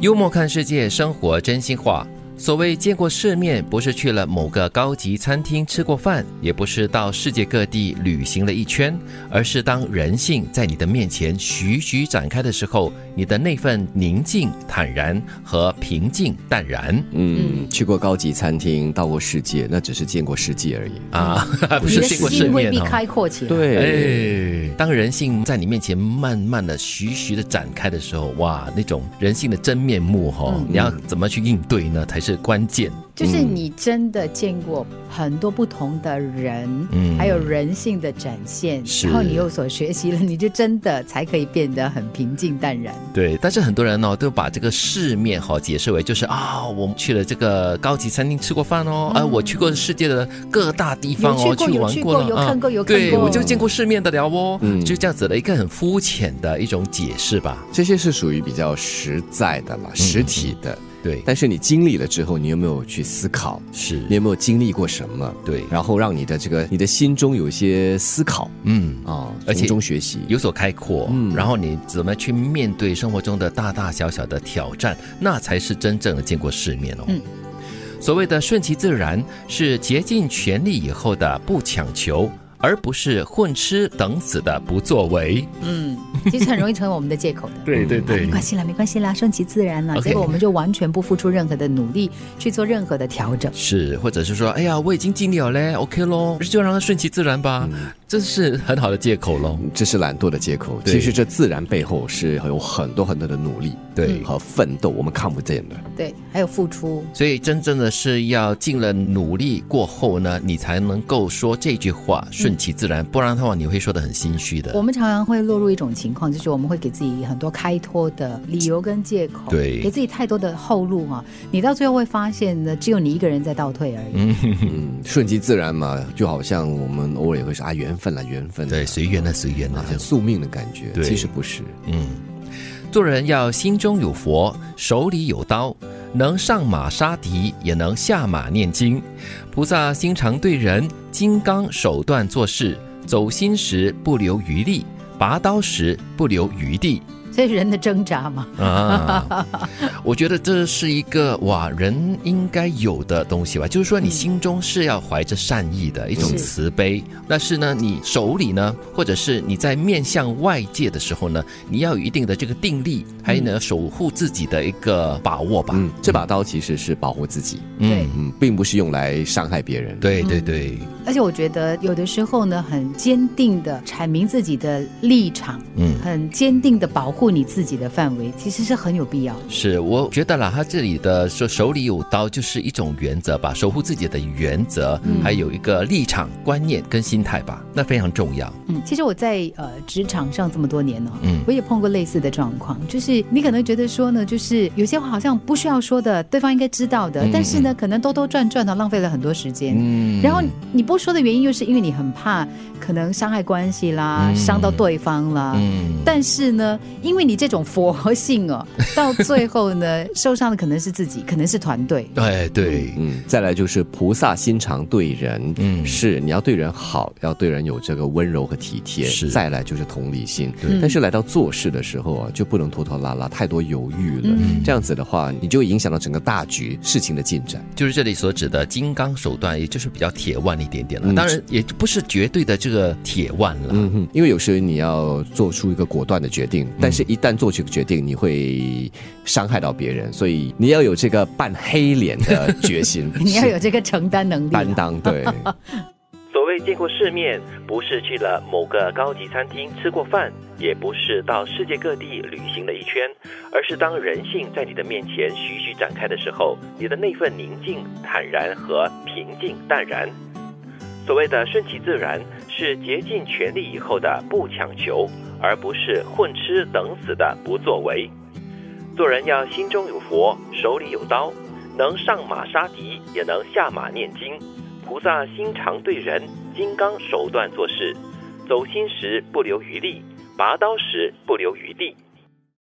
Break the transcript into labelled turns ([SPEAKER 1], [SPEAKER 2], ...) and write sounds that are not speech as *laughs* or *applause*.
[SPEAKER 1] 幽默看世界，生活真心话。所谓见过世面，不是去了某个高级餐厅吃过饭，也不是到世界各地旅行了一圈，而是当人性在你的面前徐徐展开的时候，你的那份宁静、坦然和平静淡然
[SPEAKER 2] 嗯，去过高级餐厅，到过世界，那只是见过世界而已。
[SPEAKER 1] 啊，不
[SPEAKER 3] 你
[SPEAKER 1] 是
[SPEAKER 3] 的
[SPEAKER 1] 见过世
[SPEAKER 3] 心未
[SPEAKER 1] 面
[SPEAKER 3] 必
[SPEAKER 1] 哦
[SPEAKER 3] 开阔起来。，
[SPEAKER 2] 对，
[SPEAKER 1] 哎，当人性在你面前慢慢的、徐徐的展开的时候，哇，那种人性的真面目哈、哦，你要怎么去应对呢？才是关键。
[SPEAKER 3] 就是
[SPEAKER 1] 嗯
[SPEAKER 3] 你真的见过很多不同的人，
[SPEAKER 1] 嗯
[SPEAKER 3] 还有人性的展现，
[SPEAKER 1] 是
[SPEAKER 3] 然后你有所学习了，你就真的才可以变得很平静淡然。
[SPEAKER 1] 对，但是很多人呢、都把这个世面哈、解释为就是啊，我们去了这个高级餐厅吃过饭哦，哎、我去过世界的各大地方哦，
[SPEAKER 3] 嗯有去过有
[SPEAKER 1] 玩
[SPEAKER 3] 去
[SPEAKER 1] 过
[SPEAKER 3] 过
[SPEAKER 1] 了
[SPEAKER 3] 有
[SPEAKER 1] 啊
[SPEAKER 3] 看过有看
[SPEAKER 1] 对，
[SPEAKER 3] 过
[SPEAKER 1] 我就见过世面的了哦，
[SPEAKER 2] 嗯
[SPEAKER 1] 就这样子的一个很肤浅的一种解释吧。
[SPEAKER 2] 这些是属于比较实在的
[SPEAKER 1] 嗯
[SPEAKER 2] 啦，实体的。
[SPEAKER 1] 对，
[SPEAKER 2] 但是你经历了之后，你有没有去思考？
[SPEAKER 1] 是，
[SPEAKER 2] 你有没有经历过什么？
[SPEAKER 1] 对，
[SPEAKER 2] 然后让你的这个你的心中有一些思考
[SPEAKER 1] 嗯。
[SPEAKER 2] 啊，
[SPEAKER 1] 而且
[SPEAKER 2] 从中学习。
[SPEAKER 1] 有所开阔，
[SPEAKER 2] 嗯
[SPEAKER 1] 然后你怎么去面对生活中的大大小小的挑战，那才是真正的见过世面哦。
[SPEAKER 3] 嗯
[SPEAKER 1] 所谓的顺其自然，是竭尽全力以后的不强求，而不是混吃等死的不作为。嗯
[SPEAKER 3] 嗯，其实很容易成为我们的借口的。
[SPEAKER 1] 对对
[SPEAKER 3] 啊 *laughs* 没关系啦，没关系啦，顺其自然啦。
[SPEAKER 1] OK
[SPEAKER 3] 结果我们就完全不付出任何的努力去做任何的调整。
[SPEAKER 1] 是，或者是说，哎呀，我已经尽力了嘞，OK 咯，就让它顺其自然吧，这是很好的借口咯。
[SPEAKER 2] 这是懒惰的借口。
[SPEAKER 1] 对
[SPEAKER 2] 其实这自然背后是有很多很多的努力，
[SPEAKER 1] 对
[SPEAKER 2] 和奋斗，我们看不见
[SPEAKER 1] *laughs*
[SPEAKER 2] 的。
[SPEAKER 3] 对，还有付出，
[SPEAKER 1] 所以，真正的是要尽了努力过后呢，你才能够说这句话，顺其自然，不然的话，你会说的很心虚的。
[SPEAKER 3] 我们常常会落入一种情况，就是我们会给自己很多开脱的理由跟借口，
[SPEAKER 1] 对
[SPEAKER 3] 给自己太多的后路啊。你到最后会发现呢，只有你一个人在倒退而已。
[SPEAKER 2] 嗯，顺其自然嘛，就好像我们偶尔也会说啊，缘分啦，缘分啦，
[SPEAKER 1] 对，随缘的随缘的
[SPEAKER 2] 啊，
[SPEAKER 1] 这样子。
[SPEAKER 2] 宿命的感觉。
[SPEAKER 1] 对
[SPEAKER 2] 其实不是。
[SPEAKER 1] 嗯，做人要心中有佛，手里有刀，能上马杀敌，也能下马念经。菩萨心常对人，金刚手段做事，走心时不留余力，拔刀时不留余地。
[SPEAKER 3] 所以人的挣扎嘛，
[SPEAKER 1] 啊，我觉得这是一个哇，人应该有的东西吧。就是说，你心中是要怀着善意的一种
[SPEAKER 3] 是
[SPEAKER 1] 慈悲，但是呢，你手里呢，或者是你在面向外界的时候呢，你要有一定的这个定力，还有呢，守护自己的一个把握吧。
[SPEAKER 2] 嗯，这把刀其实是保护自己，
[SPEAKER 3] 对
[SPEAKER 2] 嗯，并不是用来伤害别人。，
[SPEAKER 1] 对对对，
[SPEAKER 3] 而且我觉得有的时候呢，很坚定的阐明自己的立场，
[SPEAKER 1] 嗯。
[SPEAKER 3] 很坚定的保护你自己的范围，其实是很有必要的。
[SPEAKER 1] 是，我觉得啦，他这里的手手里有刀就是一种原则吧，守护自己的原则，
[SPEAKER 3] 嗯
[SPEAKER 1] 还有一个立场、观念跟心态吧，那非常重要。
[SPEAKER 3] 嗯，其实我在呃职场上这么多年呢、哦
[SPEAKER 1] 嗯
[SPEAKER 3] 我也碰过类似的状况，就是你可能觉得说呢，就是有些话好像不需要说的，对方应该知道的，
[SPEAKER 1] 嗯
[SPEAKER 3] 但是呢，可能兜兜转转的浪费了很多时间。
[SPEAKER 1] 嗯
[SPEAKER 3] 然后你不说的原因，又是因为你很怕可能伤害关系啦，
[SPEAKER 1] 嗯
[SPEAKER 3] 伤到对方啦。
[SPEAKER 2] 啊
[SPEAKER 1] 嗯
[SPEAKER 3] 但是呢，因为你这种佛
[SPEAKER 1] *laughs*
[SPEAKER 3] 性哦，到最后呢，受伤的可能是自己，可能是团队。
[SPEAKER 1] 哎，对，
[SPEAKER 2] 嗯，再来就是菩萨心肠对人，
[SPEAKER 1] 嗯
[SPEAKER 2] 是你要对人好，要对人有这个温柔和体贴。
[SPEAKER 1] 是嗯
[SPEAKER 2] 再来就是同理心，
[SPEAKER 3] 对
[SPEAKER 2] 但是来到做事的时候啊，就不能拖拖拉拉，太多犹豫了。
[SPEAKER 3] 嗯
[SPEAKER 2] 这样子的话，你就影响到整个大局事情的进展。
[SPEAKER 1] 就是这里所指的金刚手段，也就是比较铁腕一点点了。
[SPEAKER 2] 嗯
[SPEAKER 1] 当然，也不是绝对的这个铁腕了。
[SPEAKER 2] 嗯哼，因为有时你要做出一个果断的决定，但是一旦做出决定，你会伤害到别人，所以你要有这个扮黑脸的决心
[SPEAKER 3] *laughs* 嗯，你要有这个承担能力啦。
[SPEAKER 2] 担当，对。
[SPEAKER 1] 所谓见过世面，不是去了某个高级餐厅吃过饭，也不是到世界各地旅行了一圈，而是当人性在你的面前徐徐展开的时候，你的那份宁静、坦然和平静淡然。所谓的顺其自然，是竭尽全力以后的不强求，而不是混吃等死的不作为。做人要心中有佛，手里有刀，能上马杀敌，也能下马念经。菩萨心常对人，金刚手段做事，走心时不留余力，拔刀时不留余地。